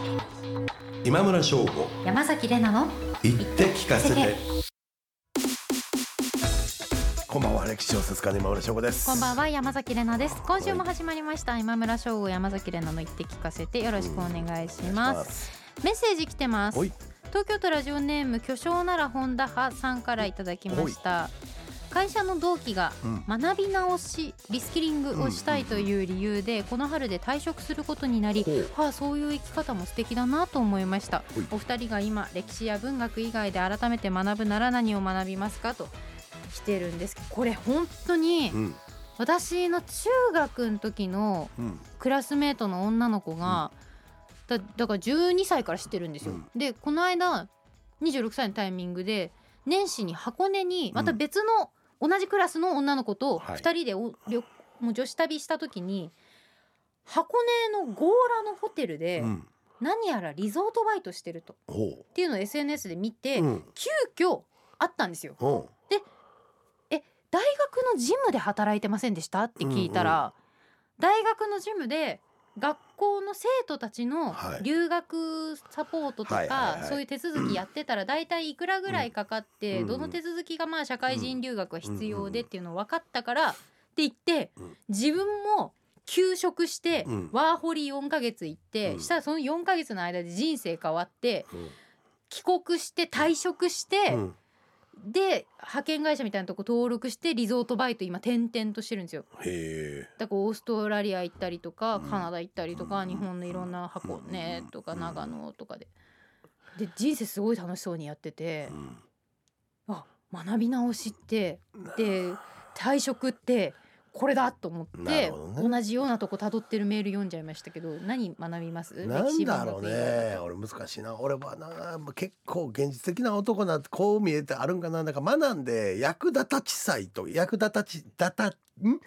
今村翔吾山崎れなの言って聞かせてこんばんは歴史小説家の今村翔吾ですこんばんは山崎れなです今週も始まりました今村翔吾山崎れなの言って聞かせてよろしくお願いします,、メッセージ来てますはい東京都ラジオネーム巨匠なら本田派さんからいただきました会社の同期がうん学び直しリスキリングをしたいという理由でこの春で退職することになりほうはあそういう生き方も素敵だなと思いましたほいお二人が今歴史や文学以外で改めて学ぶなら何を学びますかと来てるんですこれ本当にうん私の中学の時のうんクラスメートの女の子が、だだから12歳から知ってるんですうよ、んでこの間26歳のタイミングで年始に箱根にまた別の同じクラスの女の子とはい2人でお旅もう女子旅した時に箱根の強羅のホテルでうん何やらリゾートバイトしてるとっほていうのを SNS で見て、ううん急遽あったんですよ。ほ大学のジムで働いてませんでしたって聞いたら、大学のジムで学校の生徒たちのはい留学サポートとか、はいはいはいそういう手続きやってたら大体いくらぐらいかかって、うんどの手続きがまあ社会人留学は必要でっていうの分かったからって言って、うん自分も休職してうんワーホリ4ヶ月行って、うんしたらその4ヶ月の間で人生変わってう帰国して退職して、うんで派遣会社みたいなとこ登録してリゾートバイト今転々としてるんですよへえだからオーストラリア行ったりとか、うんカナダ行ったりとか、うん日本のいろんな箱根とかうん長野とかで、で人生すごい楽しそうにやっててう、んあ学び直しってで退職ってこれだと思っなて、るほどね同じようなとこ辿ってるメール読んじゃいましたけど何学びまなすんだろう歴史文学以ね俺難しいな俺はな結構現実的な男なんてこう見えてあるんかななんか学んで役立た地裁と役立たちだたん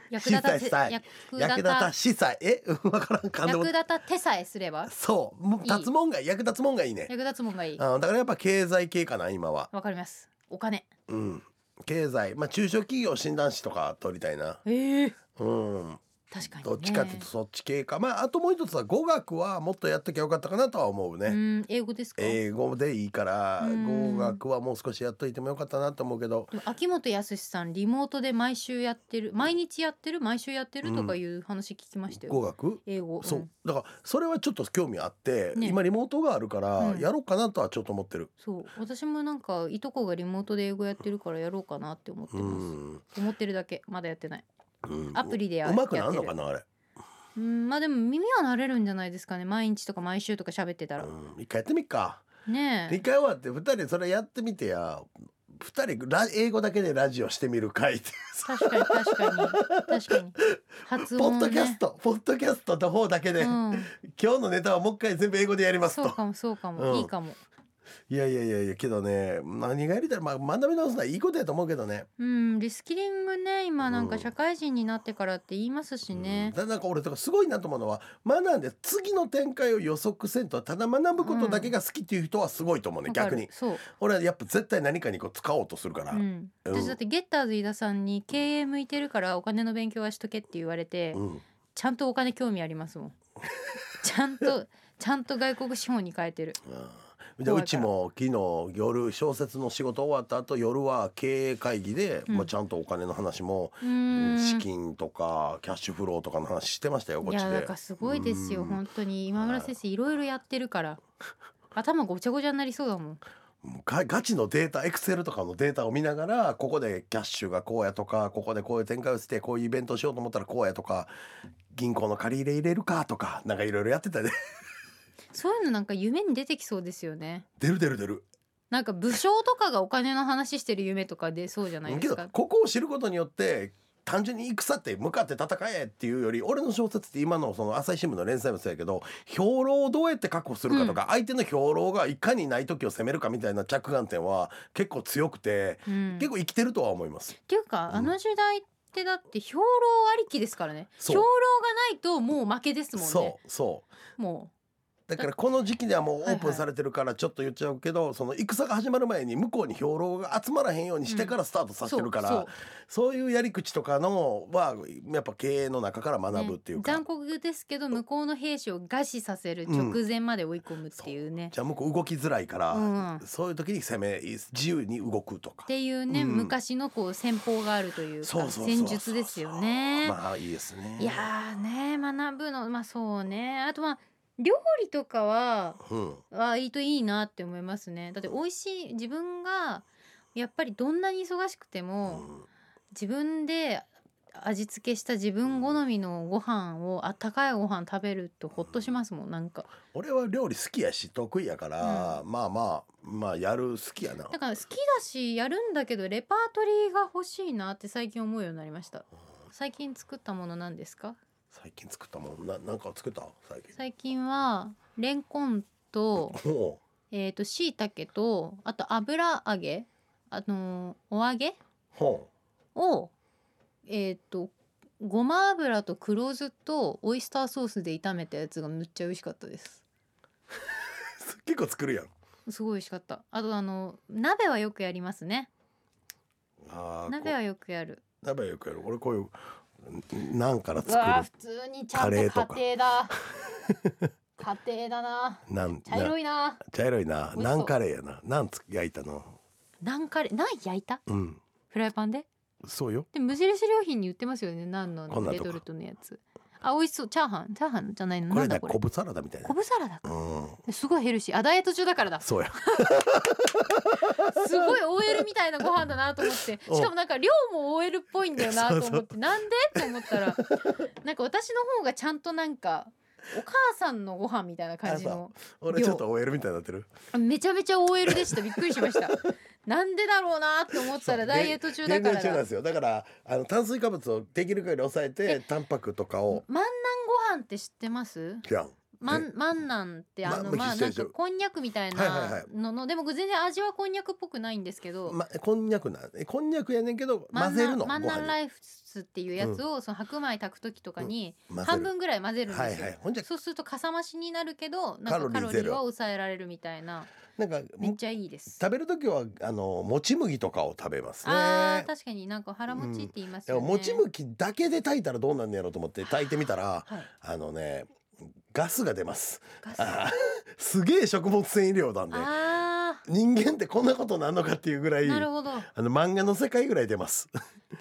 役立た司祭役役立立たた司祭え うんわからんかんで役も立た手さえすればそうもういい立つもんがいい役立つもんがいいね役立つもんがいいあだからやっぱ経済系かな今はわかりますお金うん経済まあ中小企業診断士とか取りたいなええうん確かにねどっちかっていうとそっち系かまああともう一つは語学はもっとやっときゃよかったかなとは思うね、うん英語ですか、英語でいいからうん語学はもう少しやっといてもよかったなと思うけどでも秋元康さんリモートで毎週やってる毎日やってる毎週やってるとかいう話聞きましたよ、語学英語そんうだからそれはちょっと興味あって、ね今リモートがあるからうんやろうかなとはちょっと思ってる。そう私もなんかいとこがリモートで英語やってるからやろうかなって思ってうます、ん思ってるだけまだやってないうんアプリでやうまくやなんってのるかなあれ、うんまあでも耳は慣れるんじゃないですかね毎日とか毎週とか喋ってたらうん、一回やってみっかね一え回終わって二人それやってみてや二人ラ英語だけでラジオしてみる会って確かに確かに確かに 発ポ音ッねドキャストポッドキャストの方だけで、う今日のネタはもう一回全部英語でやりまん、すそうとかもそうかも、うんいいかもいやいやいやいやけどね何がやりたいまあ学び直すのはいいことやと思うけどねうんリスキリングね今なんうかん社会人になってからって言いますしうねん、ただなんか俺とかすごいなと思うのは学んで次の展開を予測せんとただ学ぶことだけが好きっていう人はすごいと思うね、わかる逆にそう、俺はやっぱ絶対何かにこう使おうとするから、ううんん、私だってゲッターズ飯田さんに経営向いてるからお金の勉強はしとけって言われてちゃんとお金興味ありますもん ちゃんとちゃんと外国資本に変えてるうんでうちも昨日夜小説の仕事終わった後夜は経営会議で、うんまあ、ちゃんとお金の話も、うーん資金とかキャッシュフローとかの話してましたよこいっちやだでからすごいですようん本当に今村先生いろいろやってるから頭ごちゃごちゃになりそうだもんガガチのデータエクセルとかのデータを見ながらここでキャッシュがこうやとかここでこういう展開をしてこういうイベントしようと思ったらこうやとか銀行の借り入れ入れるかとかなんかいろいろやってたね そういうのなんか夢に出てきそうですよね出る出る出るなんか武将とかがお金の話してる夢とか出そうじゃないでけすどかここを知ることによって単純に戦って向かって戦えっていうより俺の小説って今のその朝日新聞の連載もそうやけど兵糧をどうやって確保するかとか、相手の兵糧がいかにない時を攻めるかみたいな着眼点は結構強くて、うん、結構生きてるとは思います。っていうか、うんあの時代ってだって兵糧ありきですからねそ兵う糧がないともう負けですもんねそうそうもだからこの時期ではもうオはいはいープンされてるからちょっと言っちゃうけど、その戦が始まる前に向こうに兵糧が集まらへんようにしてからスタートうさせてるから、そそうういうやり口とかのはやっぱ経営の中からそう学ぶっていうねか、残酷ですけど向こうの兵士を餓死させる直前まで追い込むっていうね、じゃあ向こう動きづらいから、うんっそういう時に攻め自由に動くとか。ていうね、うん昔のこう戦法があるというかそうそうそうそう戦術ですよね。まあいいですね。いやーね学ぶのまあそうねあとまあ料理とかはうん、割といいなって思いますねだって美味しい自分がやっぱりどんなに忙しくてうも、ん自分で味付けした自分好みのご飯をあったかいご飯食べるとほっとしますもんなんか俺は料理好きやし得意やから、まあまあまあやる好きやなだから好きだしやるんだけどレパートリーが欲しいなって最近思うようになりました最近作ったものなんですか最近作ったもんななんか作った最近最近はレンコンともえっ、と椎茸とあと油揚げあのーお揚げうほをえっ、とごま油と黒酢とオイスターソースで炒めたやつがむっちゃ美味しかったですう 結構作るやんすごい美味しかったあとあの鍋はよくやりますねあー鍋はよくやるこ鍋はよくやる俺こういうなんからうわあ普作通にちゃカんレーととか家 庭だ家庭だなるなん茶色いいな茶色いな美味しそうナンカレーやなナンつ焼いたの何カレー何焼いたうんフライパンでそうよで無印良品に売ってますよね何のこんなとレこトルトのやつあ美味しそうチャーハンチャーハンじゃないのこなれんだだこ昆れ布サラダみたいな昆布サラダかうんすごいヘルシーあダイエット中だからだそうやすごい OL みたいなご飯だなと思っておしかもなんか量も OL っぽいんだよなとそ思っうてなんでと思ったら なんか私の方がちゃんとなんかお母さんのご飯みたいな感じの俺ちょっと OL みたいになってるめちゃめちゃ OL でしたびっくりしま したなんでだろうなって思ったらダイエット中だか減ら量中なんだですよだからあの炭水化物をできる限り抑ええてタンパクとかを万南ご飯って知ってますいやんマンマンナンってあまのまあ無機なん質でしかょこんにゃくみたいはいはいはないののでも全然味はこんにゃくっぽくないんですけどまこんにゃくなえこんにゃくやねんけどマ混ンぜナるンのごマ飯ンナンにライフスっていうやつをその白米炊く時とかに混ぜ半る分ぐらい混ぜるんはでいすはよいほんじゃそうするとかさ増しになるけどなんかカカロロリリーゼローは抑えられるみたいななんかめっちゃいいです食べる時はあのもち麦とかを食べますねあー確かになんか腹持ちって言いますでもよねもちむきだけで炊いたらどうなんねやろうと思って炊いてみたらはいあのねガスが出ますガスあーすげえ食物繊維量なんであ人間ってこんなことなんのかっていうぐらいーなるあほどの漫画の世界ぐらい出ます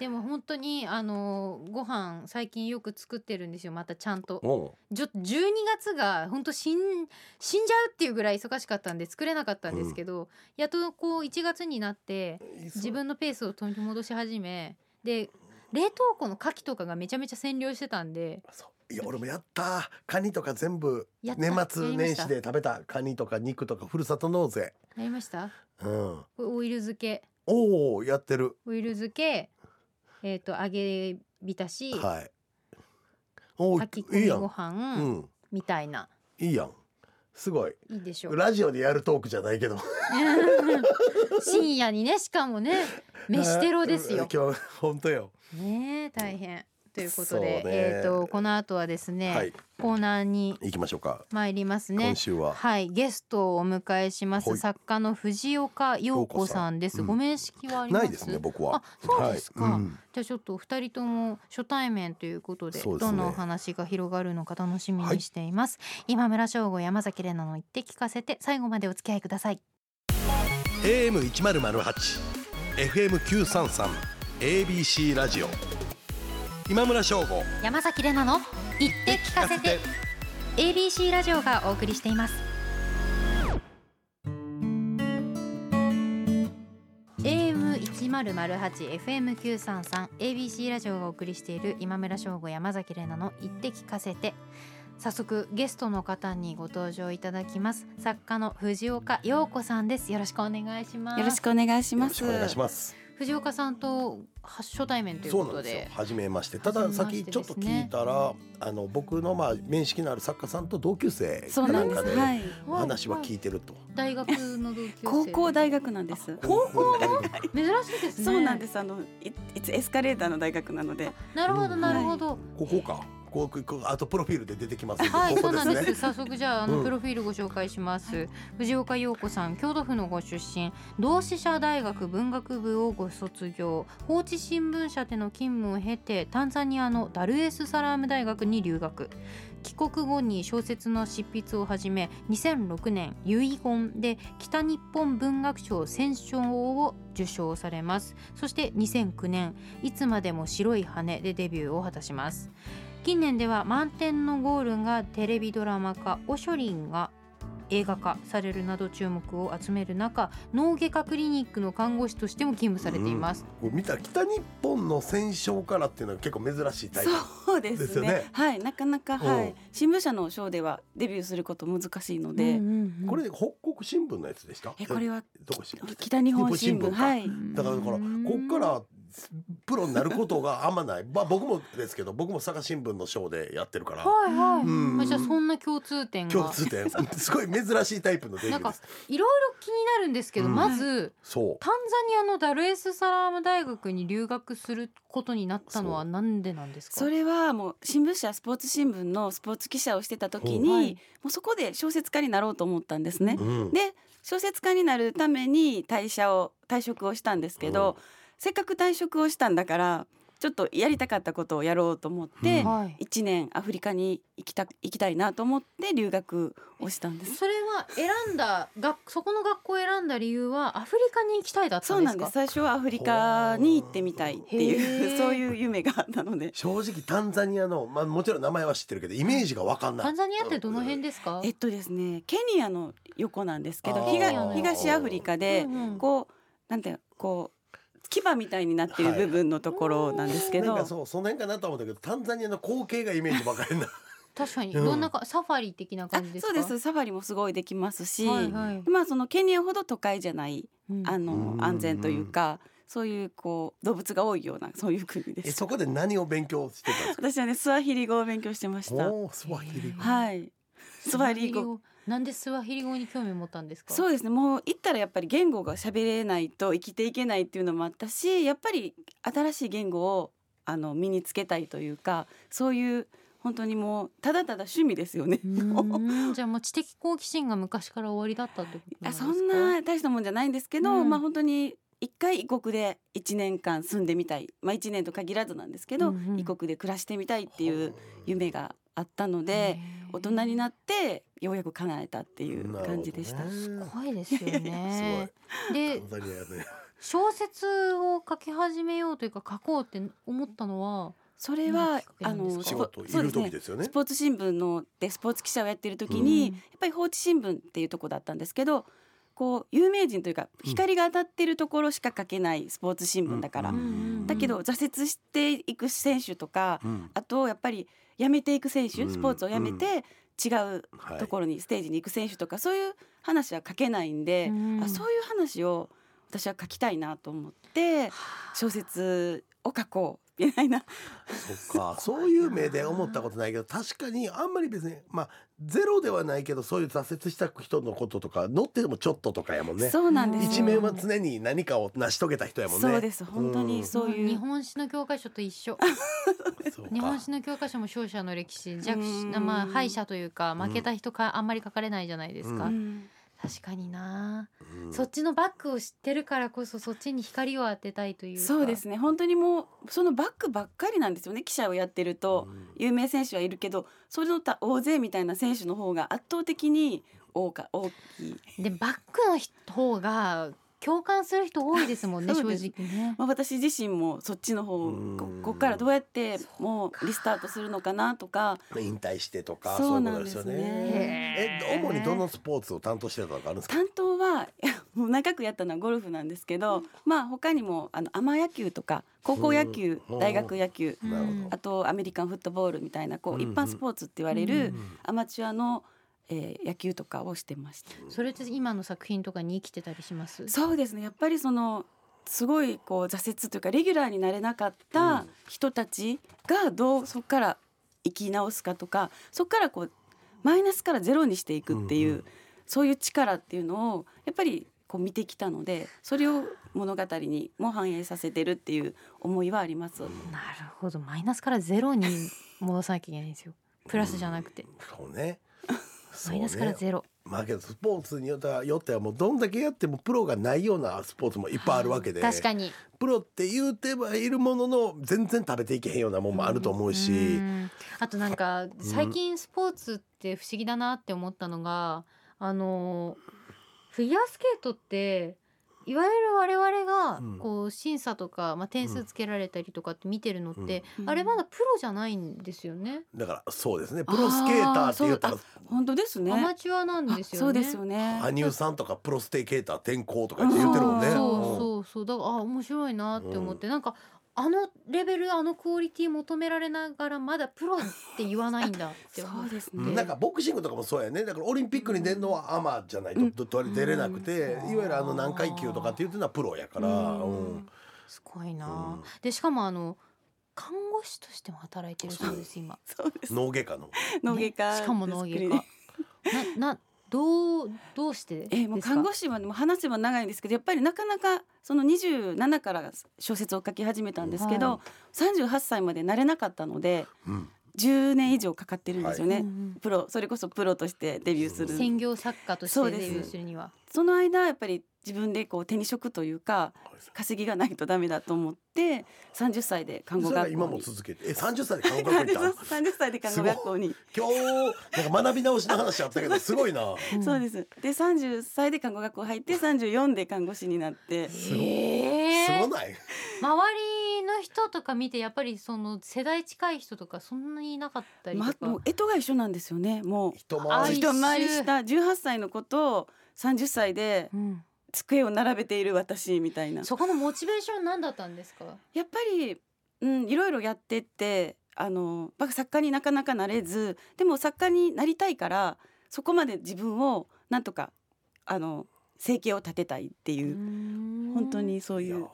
でも本当にあのご飯最近よく作ってるんですよまたちゃんともちょっと12月が本当死ん死んじゃうっていうぐらい忙しかったんで作れなかったんですけど、やっとこう1月になって う自分のペースを取り戻し始めで冷凍庫の牡蠣とかがめちゃめちゃ占領してたんでそういや俺もやったカニとか全部やった年や末りま年した始で食べたカニとか肉とかふるさと納税やりましたうんこれオイル漬けおおやってるオイル漬けえっ、と揚げ浸しはいおおい炊きい込みやごんう飯んみたいな、いいやんすごいいいでしょうラジオでやるトークじゃないけど 深夜にねしかもね飯テロですよ 今日本当よねえ大変ということそうで、ねえっ、とこの後はですね、はいコーナーに行きましょうか参りますね今。週ははい、ゲストをお迎えしまはすい作家の藤岡陽子さんです。陽子さんうんご面識はありますないですね僕はあ、そうですか。はいうんじゃあちょっとお二人とも初対面ということでそうですどねんなお話が広がるのか楽しみにしています。今村翔吾山崎怜奈の言って聞かせて最後までお付き合いください。 AM 一ゼロゼロ八、FM 九三三、ABC ラジオ。今村翔吾。山崎怜奈の言って聞かせて ABC ラジオがお送りしています AM1008 FM933 ABC ラジオがお送りしている今村翔吾山崎玲奈の言って聞かせて早速ゲストの方にご登場いただきます作家の藤岡陽子さんですよろしくお願いしますよろしくお願いしよろましす。くお願いします。藤岡さんと初初対面というそうこなんとですよで初めましてただ初さめっましてきですちょっと聞ねいたら、あの僕のまあ面識のある作家さんと同級生そかうななんんでかす。ではい。話は聞いてると大学の同級生高校大学なんです。高校珍しいですねそうなんですす。あのいいつエスカレーターの大学なので、なるほどなるほど、ここかこうこうあとプロフィールで出てきますんではい、ここそうでなすんねです。早速じゃあ、あうのんプロフィールご紹介します。藤岡洋子さん、京都府のご出身、同志社大学文学部をご卒業。放置新聞社での勤務を経て、タンザニアのダルエスサラーム大学に留学。帰国後に小説の執筆を始め、2006年遺言で北日本文学賞選奨を受賞されます。そして2009年、いつまでも白い羽でデビューを果たします。近年では満点のゴールがテレビドラマ化オショリンが映画化されるなど注目を集める中脳外科クリニックの看護師としても勤務されています、こう見た北日本の戦勝からっていうのは結構珍しいタイプそうですねですよねはい、なかなうか、んはい、新聞社の賞ではデビューすること難しいので、これ北国新聞のやつでしたえこれはどこし北日本新日本新聞聞かはい、だからだからこっからプロになることがあんまない、まあ、僕もですけど僕も佐賀新聞の賞でやってるからはいはい、うんあじゃあそんな共通点共が通 点すごい珍しいタイプのデビュなんーでかすいろいろ気になるんですけど、うんまずそうタンザニアのダルエスサラーム大学に留学することになったのはなんでなんですかそれはもう新聞社スポーツ新聞のスポーツ記者をしてた時に、うんはいもうそこで小説家になろうと思ったんですね。うんで小説家になるために退社を退職をしたんですけど、うんせっかく退職をしたんだからちょっとやりたかったことをやろうと思って、うんはい、 1年アフリカに行きた行きたいなと思って留学をしたんです。それは選んだがそこの学校を選んだ理由はアフリカに行きたいだったそうんでなすんでかす最初はアフリカに行ってみたいってへいーうそういう夢があった ので正直タンザニアの、まあ、もちろん名前は知ってるけどイメージが分かんないタンザニアってどの辺ですか、えっとですねケニアの横なんですけあどー東東アフリカでうんうんこうなんていうのこう牙みたいになってる部分のところなんですけなんどかそうその辺かなと思ったけどタンザニアの光景がイメージ分かれない確かにうんどんなか、サファリ的なあ感じですそうかですサファリもすごいできますし、はいはい、まあそのケニアほど都会じゃないうんあのうん安全というかそういうこう動物が多いようなそういう国 でえすそこで何を勉強してたんです私はねスワヒリ語を勉強してましたかおースワヒリ語はいスワヒリ語なんでスワヒリ語に興味を持ったんですかそううですねもう行ったらやっぱり言語が喋れないと生きていけないっていうのもあったしやっぱり新しい言語をあの身につけたいというかそういう本当にもうただただ趣味ですよね。ーんじゃあもう知的好奇心が昔から終わりだったってことなんあですかそんな大したもんじゃないんですけど、うんまあ本当に一回異国で1年間住んでみたい、まあ、1年と限らずなんですけど、うんうん異国で暮らしてみたいっていう夢があったので、大人になっってようやく叶えたっていう感じでしなた。るほどね怖いですよ ねでタンザニアね小説を書き始めようというか書こうって思ったのはそれはあ何のがき仕っそか事いそうでるすね時ですよねスポーツ新聞のでスポーツ記者をやってる時うに、んやっぱり放置新聞っていうとこだったんですけどこう有名人というか光が当たってるところしか書けないスポーツ新聞だから、うんだけど挫折していく選手とか、うんあとやっぱり辞めていく選手、うんスポーツを辞めて違うはいところにステージに行く選手とかそういう話は書けないんで、あそういう話を私は書きたいなと思って小説を書こうみたいなそっかそういう目で思ったことないけど確かにあんまり別にまあゼロではないけどそういう挫折した人のこととか乗っててもちょっととかやもんねそうなんです一よ面は常に何かを成し遂げた人やもんねそうです本当にそういう、日本史の教科書と一緒そう日本か史の教科書も勝者の歴史弱う視んまあ敗者というか負けた人かあんまり書かれないじゃないですか、ううん確かにな、うんそっちのバックを知ってるからこそそっちに光を当てたいというかそうですね本当にもうそのバックばっかりなんですよね記者をやってると、うん有名選手はいるけどそれの他大勢みたいな選手の方が圧倒的に多か大きい、でバックの人方が共感する人多いですもんね そ正うで直すねまあ、私自身もそっちの方うんここっからどうやってもうリスタートするのかなとか引退してとかそそういううこなとんでですすよねね。え主にどのスポーツを担当してたとかあるんです か担当はいやもう長くやったのはゴルフなんですけど、まあ他にもあのアマ野球とか高校野球、うん大学野球、うんなるほあとアメリカンフットボールみたいなこううんうん一般スポーツって言われうるんアマチュアの、えー野球とかをしてました。それって今の作品とかに生きてたりしますそうですねやっぱりそのすごいこう挫折というかレギュラーになれなかっうたん人たちがどうそこから生き直すかとかそこからこうマイナスからゼロにしていくっていう、うんうんそういう力っていうのをやっぱりこう見てきたのでそれを物語にも反映させてるっていう思いはあります。なるほどマイナスからゼロに戻さなきゃいけないんですよプラスじゃなくてそうね。そマうイナスからね。ゼロまあけどスポーツによってはよってはもうどんだけやってもプロがないようなスポーツもいっぱいあるわけで。確かにプロって言うてはいるものの全然食べていけへんようなもんもあると思うし、んあとなんか最近スポーツって不思議だなって思ったのがあのフィギュアスケートっていわゆる我々がうんこう審査とか、まあ、点数つけられたりとかって見てるのって、うんあれまだプロじゃないんですよね。だからそうですねプロスケーターって言ったら本当ですね。アマチュアなんですあよね。そうですよね。羽生さんとかプロステケーター転向とかって言ってるもんね。うんそううんそうそうだからあ面白いなって思って、なんかあのレベルあのクオリティ求められながらまだプロって言わないんだってそ思っうてですうね。んなんかボクシングとかもそうやねだからオリンピックに出るのはアマじゃないと、うんどど出れなくて、うんいわゆるあの何階級とかっていうのはプロやから、うんうんすごいな、うんでしかもあの看護師としても働いてるそうです今そうです。脳外科の脳外科、ねしかも脳外です科ななどうどうしてですかえーもう看護師はでも話せば長いんですけどやっぱりなかなかその27から小説を書き始めたんですけど、は38歳までなれなかったのでうん10年以上かかってるんですよね、うんプロそれこそプロとしてデビューすうるん専業作家としそてうデですビューするにはその間やっぱり自分でこう手に職というか稼ぎがないとダメだと思って30歳で看護それは学校今もに続けてえ30歳で看護学校行 った30歳で看護学校に今日なんか学び直しの話あったけどすごいなそうすですで30歳で看護学校入って34で看護師になってすごいえすーごない周りの人とか見てやっぱりその世代近い人とかそんなにいなかったりとまか、もう干支が一緒なんですよねもう人ああ回り一回りした18歳の子と30歳でうん机を並べている私みたいなそこのモチベーション何だったんですかやっぱり、うん、いろいろやってってあのまあ作家になかなかなれずでも作家になりたいからそこまで自分をなんとかあの生計を立てたいっていう、本本当にそういいやう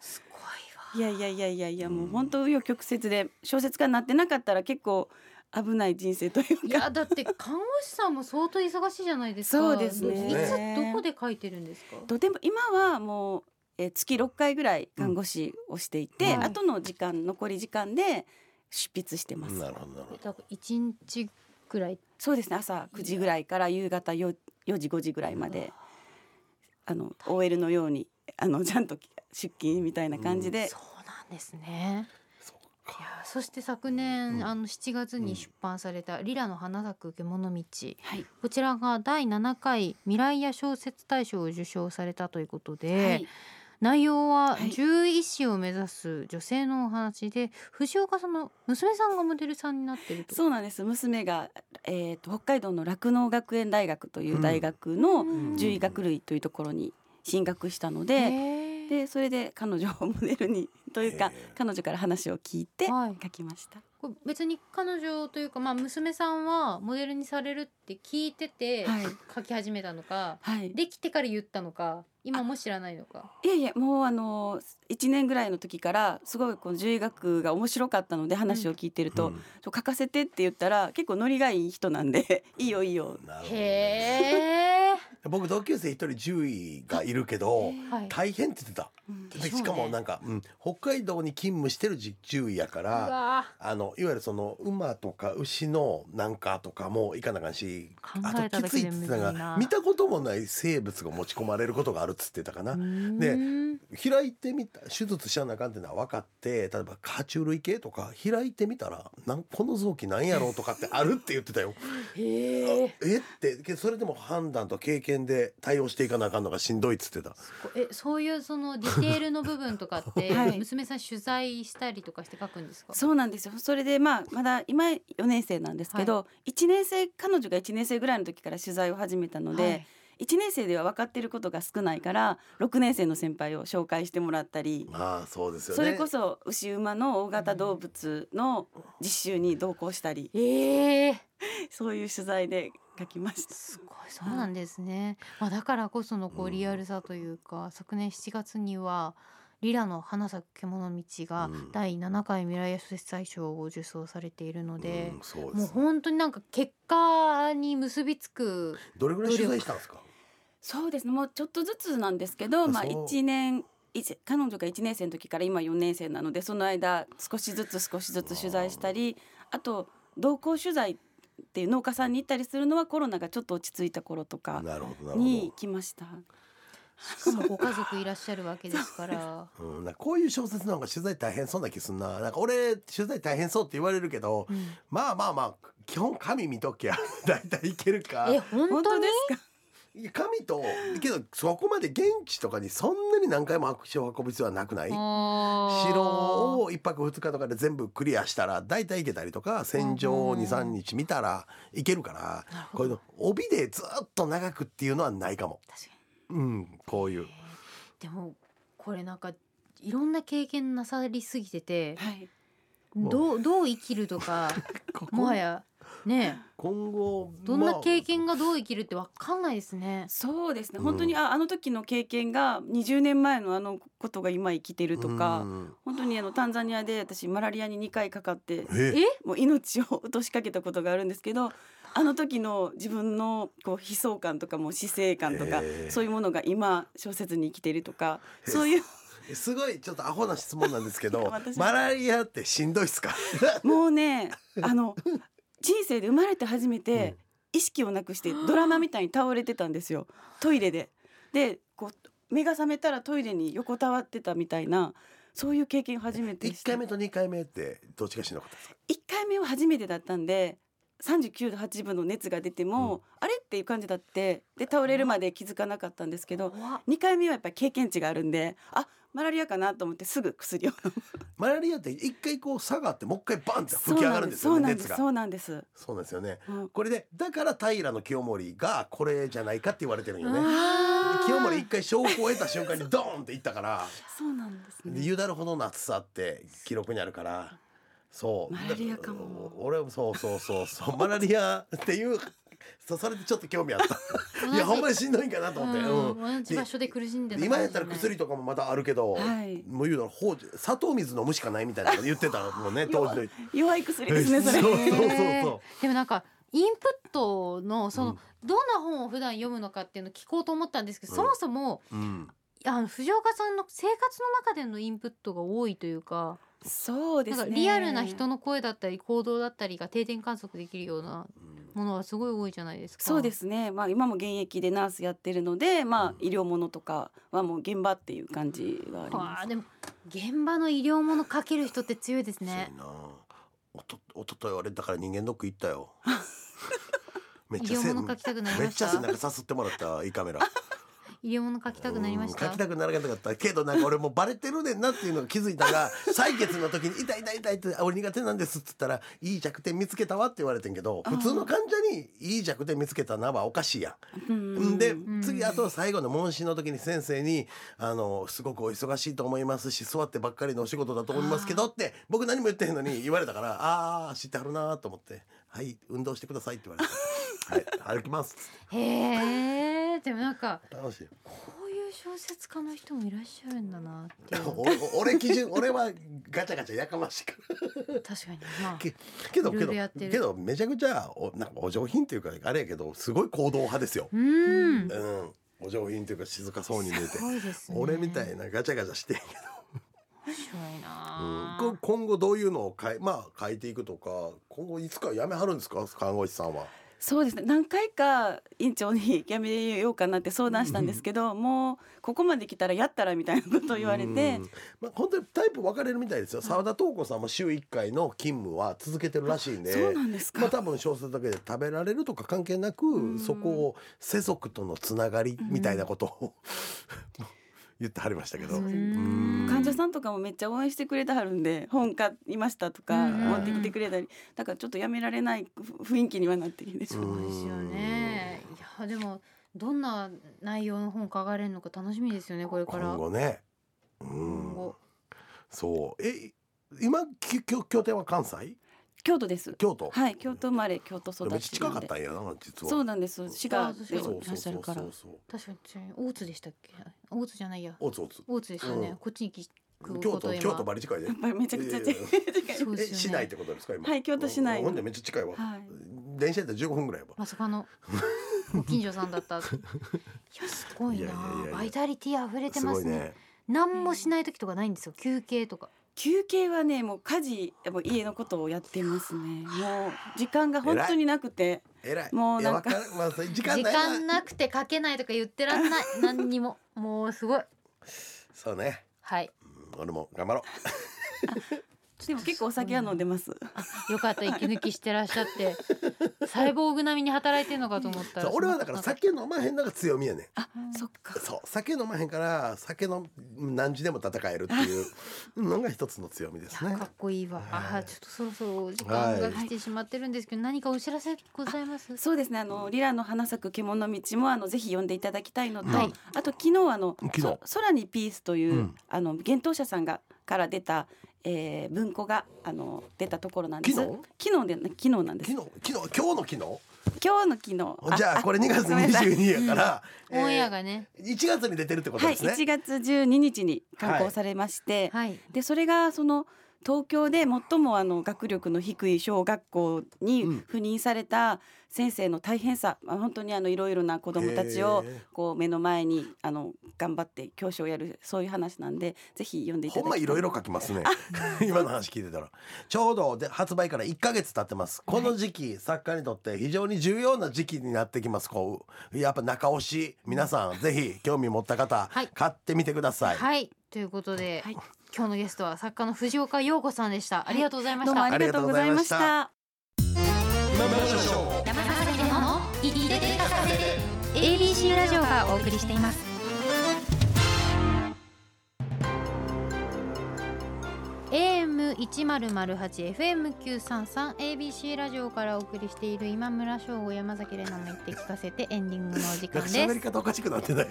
すごいわいやいやいやいやいやもううん本当紆余曲折で小説家になってなかったら結構危ない人生といういかやだって看護師さんも相当忙しいじゃないですか。そうですねいつどこで書いてるんですか。とでも今はもう、えー月6回ぐらい看護師をしていて、うんはい後の時間残り時間で執筆してます、なるほどなるほどだから一日くらいそうですね朝9時ぐらいから夕方 4, 4時5時ぐらいまであの OL のようにあのちゃんと出勤みたいな感じで、そうなんですね。そうかいやそして昨年、うんあの7月に出版された「リラの花咲く獣道」はいこちらが第7回未来や小説大賞を受賞されたということで、はい内容ははい獣医師を目指す女性のお話で、藤岡さんの娘さんがモデルさんになってると。そうなんです娘が、えー、と北海道の酪農学園大学という大学うのん獣医学類というところに進学したので、へーでそれで彼女をモデルにというかへえ彼女から話を聞いてはい書きました。これ別に彼女というか、まあ、娘さんはモデルにされるって聞いててはい書き始めたのか、はい、できてから言ったのか今も知らないのかいやいやもうあの1年ぐらいの時からすごいこの獣医学が面白かったので話を聞いてると、うんちょ書かせてって言ったら結構ノリがいい人なんで いいよいいよなるほどねへえ、僕同級生一人獣医がいるけどはい、大変って言ってたででしょうねしかもなんか、うん、北海道に勤務してるじ獣医やかうらわあのいわゆるその馬とか牛のなんかとかもいかなあかんし考あえときただつけいでっむつっずていたなが見たこともない生物が持ち込まれることがあるっつってたかなう。んで開いてみた手術しちゃなあかんっていうのは分かって例えば爬虫類系とか開いてみたらなんこの臓器なんやろうとかってあるって言ってたよ。 へええってけどそれでも判断と経験で対応していかなあかんのがしんどいっつってた。えそういうそのディテールの部分とかって、 はい娘さん取材したりとかして書くんですかそうなんですよそれでまあまだ今4年生なんですけど、一1年生彼女が1年生ぐらいの時から取材を始めたので、はい1年生では分かってることが少ないから6年生の先輩を紹介してもらったり。まあそうですよそね。れこそ牛馬の大型動物の実習に同行したり、ええそういう取材で書きました。すごいそうなんですね、まあ、だからこそのこううんリアルさというか、昨年7月には「リラの花咲く獣道」がうん第7回未来小説祭賞を受賞されているのでうん、そうでもうすね。本当になんか結果に結びつくどれぐらい取材したんですか。そうですねもうちょっとずつなんですけどあまあそう1年いち彼女が1年生の時から今4年生なのでその間少しずつ少しずつ取材したりあと同行取材っていう農家さんに行ったりするのはコロナがちょっと落ち着いた頃とかなるほど、なるほに行きました。ご家族いらっしゃるわけですから。ど。うん、なんかこういう小説の方が取材大変そうな気すんな。なんか俺取材大変 そうって言われるけど、うんまあまあまあ基本紙見ときゃ 大体いけるか。え本本当当にですかいや紙とけどそこまで現地とかにそんなに何回も足を運ぶ必要はなくない。城白を一泊二日とかで全部クリアしたら大体行けたりとか戦場をうんうん23日見たら行けるからなるほこういうの帯でずっと長くっていうのはないかも、確かにうん、こういうでもこれなんかいろんな経験なさりすぎててはいどうどう生きると かもはやね今後どんな経ま験がどう生きるってわかんないですね。そうですねうん本当に、ああの時の経験が20年前のあのことが今生きてるあとか、うん本当にあのタンザニアで私マラリアに2回かかってええもう命を落としかけたことがあるんですけどあの時の自分のこう悲壮感とかもう死生観とか、えーそういうものが今小説に生きてるとか、えそ ういうすごいちょっとアホな質問なんです けいやど私マラリアってしんどいっすか もうねあの人生で生まれて初めて意識をなくしてドラマみたいに倒れてたんですよトイレで。でこう目が覚めたらトイレに横たわってたみたいなそういう経験初めて一して回目と二回目ってどっちがしんどかったですか1回目は初めてだったんで39度8分の熱が出ても、あれっていう感じだってで倒れるまで気づかなかったんですけど怖っ2回目はやっぱり経験値があるんであマラリアかなと思ってすぐ薬を 飲むマラリアって一回こう下があってもう一回バンって吹き上がるんですそようねなんで熱すがそうなんですそうなんでそうなんですよねす、うんこれでだから平清盛がこれじゃないかって言われてるんよね。あー清盛一回証拠を得た瞬間にドーンっていったから、 そうなんですでねゆだるほどの暑さって記録にあるから、そう。マラリアかもだら俺もそうそうそうそう マラリアっていう。そうそれでちょっと興味あ った。いやほんまにしんどいんかなと思って。うんうん同じ場所で苦しんででた今感やじっじたゃらない薬とかもまだあるけど、はいもう言うたらほうじ砂糖水飲むしかないみたいなこと言ってたもんね当時の。弱い薬ですねそれそうそうそうそう。でもなんかインプットのその、うんどんな本を普段読むのかっていうのを聞こうと思ったんですけど、うんそもそもうん。あの藤岡さんの生活の中でのインプットが多いというか、そうでなんすかねリアルな人の声だったり行動だったりが定点観測できるようなものはすごい多いじゃないですか。そうですね、まあ、今も現役でナースやってるので、まあ、医療ものとかはもう現場っていう感じはありまわすあでも現場の医療ものかける人って強いですそうやね。なおとおととい俺だから人間ドック行ったよ めっ医ちゃ療せもの書きたくなりめまっしちゃた背。中さすってもらったいいカメラ医療もの書きたくなりましうんた書き。たくならなかったけどなんか俺もうバレてるねんなっていうのが気づいた が採血の時に「痛い痛い痛い」って「あ俺苦手なんです」っつったら「いい弱点見つけたわ」って言われてんけどあ普通の患者に「いい弱点見つけたな」はおかしいやん。うんでうん次あと最後の問診の時に先生に「あのすごくお忙しいと思いますし座ってばっかりのお仕事だと思いますけど」って僕何も言ってへんのに 言われたから「ああー知ってはるな」と思って「はい運動してください」って言われて「はい歩きます」へえでもなんか楽しいこういう小説家の人もいらっしゃるんだなっていうのおお俺基準俺はガチャガチャやかましいから確かにまあけけどいけろどいろやってるけどめちゃくちゃおなんかお上品というかあれやけどすごい行動派ですよ。うんうすん、お上品というか静かそうに見えてごいですね俺みたい面なガチャガチャしてんけど白いなうんこ、今後どういうのを変え,、まあ、変えていくとか今後いつか辞めはるんですか看護師さんは。そうですね何回か院長にやめようかなって相談したんですけど、もうここまで来たらやったらみたいなことを言われてうん、まあ、本当にタイプ分かれるみたいですよ澤田東子さんも週1回の勤務は続けてるらしいんで。そうなんですまか、あ、多分小説だけで食べられるとか関係なく、んそこを世俗とのつながりみたいなことを、 言ってはりましたけど、そうですねうん患者さんとかもめっちゃ応援してくれてはるんで本買いましたとかうん持ってきてくれたりだからちょっとやめられない雰囲気にはなってきてしまうそうですよねいやでもどんな内容の本書かれるのか楽しみですよねこれから今後ね、うん今後そうえ今ききょ拠点は関西京都です京都、はい京都生まれ京都育ちめっちゃ近かっなんでたんやな実はそうなんです滋賀そでうそういらっしゃるからそうそうそう確かにちなみに大津でしたっけ大津じゃないやおつおつ大津ですよね、うんこっちに来京都京都バリ近いでやっぱりめちゃくちゃ近いいやい近いそうでえすよね市内ってことですか今はい京都市内うんほんでめっちゃ近いわ、はい電車やったら15分ぐらいやわまさかのご近所さん だったいやすごいいなやいやいやいやバイタリティ溢れてすまごすいねね何もしない時とかないんですよ休憩とか休憩はねもう家事もう家のことをやってますねもう時間が本当になくてえらいもうなんかいやわるまあ、それ時間時ない間ななくて書けないとか言ってらんない何にももうすごいそうね、はいうん俺も頑張ろうでも結構お酒は飲んでますよかった息抜きしてらっし ゃってサイボーグ並みに働いてるのかと思ったそらう俺はだから酒飲まへんのが強みやねんあそっかそう酒飲まへんから酒の何時でも戦えるっていうのが一つの強みですいやねかっこいいわはいあーちょっとそろそろお時間が来てしまってるんですけど何かお知らせございますそうですねあのリラの花咲く獣の道もあのぜひ読んでいただきたいのと、はいあと昨日あの昨日そ空にピースという、うんあの幻冬舎さんがから出た、えー、文庫があの出たところなんです。昨昨日日で昨日なんです。昨日昨日今日の今日の昨昨日日。じゃあこれ2月ごめんなさい22日やから、オンエアえがねー1月に出てるってことはいですね、 1月12日に刊行されまして、はいでそれがその東京で最もあの学力の低い小学校にうん赴任された先生の大変さ、まあ本当にあのいろいろな子どもたちをへーこう目の前にあの頑張って教師をやるそういう話なんでぜひ読んでいたほだんまきたいいろいろ書きますね 今の話聞いてたらちょうどで発売から1ヶ月経ってますこの時期作家にとって非常に重要な時期になってきますこうやっぱ中押し皆さんぜひ興味持った方、はい買ってみてください、はいということで、はい今日のゲストは作家の藤岡洋子さんでしたありがとうございまどしうた、もありがとうございましたありがとうございました山崎怜奈の「いでてかさせて」ABC ラジオがお送りしています AM 一ゼロゼ八 FM 九三三 ABC ラジオからお送りしている今村翔吾山崎怜奈の言って聞かせてエンディングのおな時間んかです。喋り方おかしくなってない、い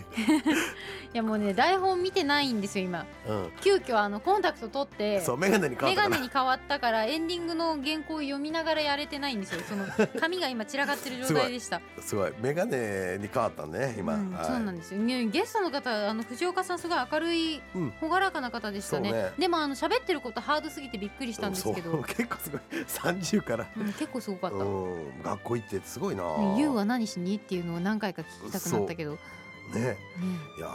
やもうね台本見てないんですよ今。うん、急遽あのコンタクト取ってそうメガネに変わメったガかネらに変わったからエンディングの原稿を読みながらやれてないんですよ。その紙が今散らかってる状態でした。すごいメガネに変わったね今、うんはいそうなんですよねゲストの方あの藤岡さんすごい明るいうん朗らかな方でしたね,、そうねでもあの喋ってることハードすぎてびっくりしたんですけど、そう 結構すごい30から、うん結構すごかった、うねん、学校行ってすごいな「YOU は何しに?」っていうのを何回か聞きたくなったけど、ねねいや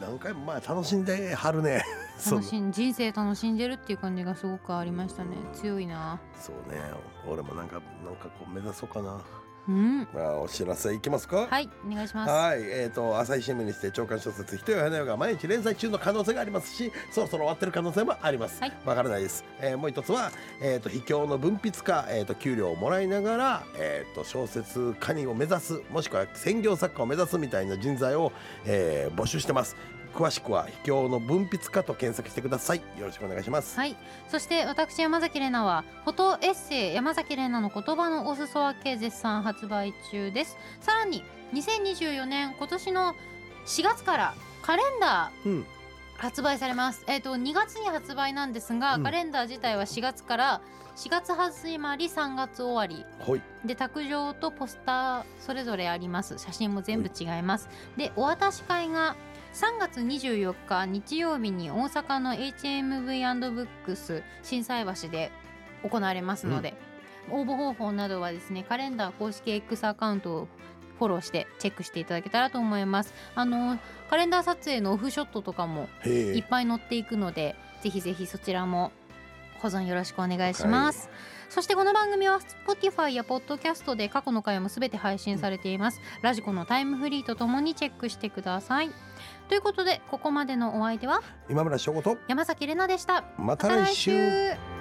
ー何回も前楽しんではるね そ楽うしん人生楽しんでるっていう感じがすごくありましたね強いなそうね俺もなんかなんかこう目指そうかな、うんまあ、お知らせいきますかはいお願いしますはいえー、と朝日新聞にして長官小説「ひとよはなよ」が毎日連載中の可能性がありますしそろそろ終わってる可能性もあります、はいわからないです、えーもう一つは、えー、と秘境の文筆家、えー、と給料をもらいながら、えー、と小説家にを目指すもしくは専業作家を目指すみたいな人材を、えー募集してます詳しくは秘境の文筆家と検索してくださいよろしくお願いします、はい、そして私山崎怜奈はフォトエッセイ山崎怜奈の言葉のお裾分け絶賛発売中ですさらに2024年今年の4月からカレンダーうん発売されますえっ、と2月に発売なんですが、うんカレンダー自体は4月から4月始まり3月終わりほいで卓上とポスターそれぞれあります写真も全部違います、でお渡し会が3月24日日曜日に大阪の HMV&BOOKS 心斎橋で行われますので、応募方法などはですねカレンダー公式 X アカウントをフォローしてチェックしていただけたらと思いますあのカレンダー撮影のオフショットとかもへいっえぱい載っていくので、ぜひぜひそちらも保存よろしくお願いします。そしてこの番組は Spotify や Podcast で過去の回もすべて配信されています。ラジコのタイムフリーとともにチェックしてください。ということでここまでのお相手は今村翔吾と山崎れなでした。ままた来週た来週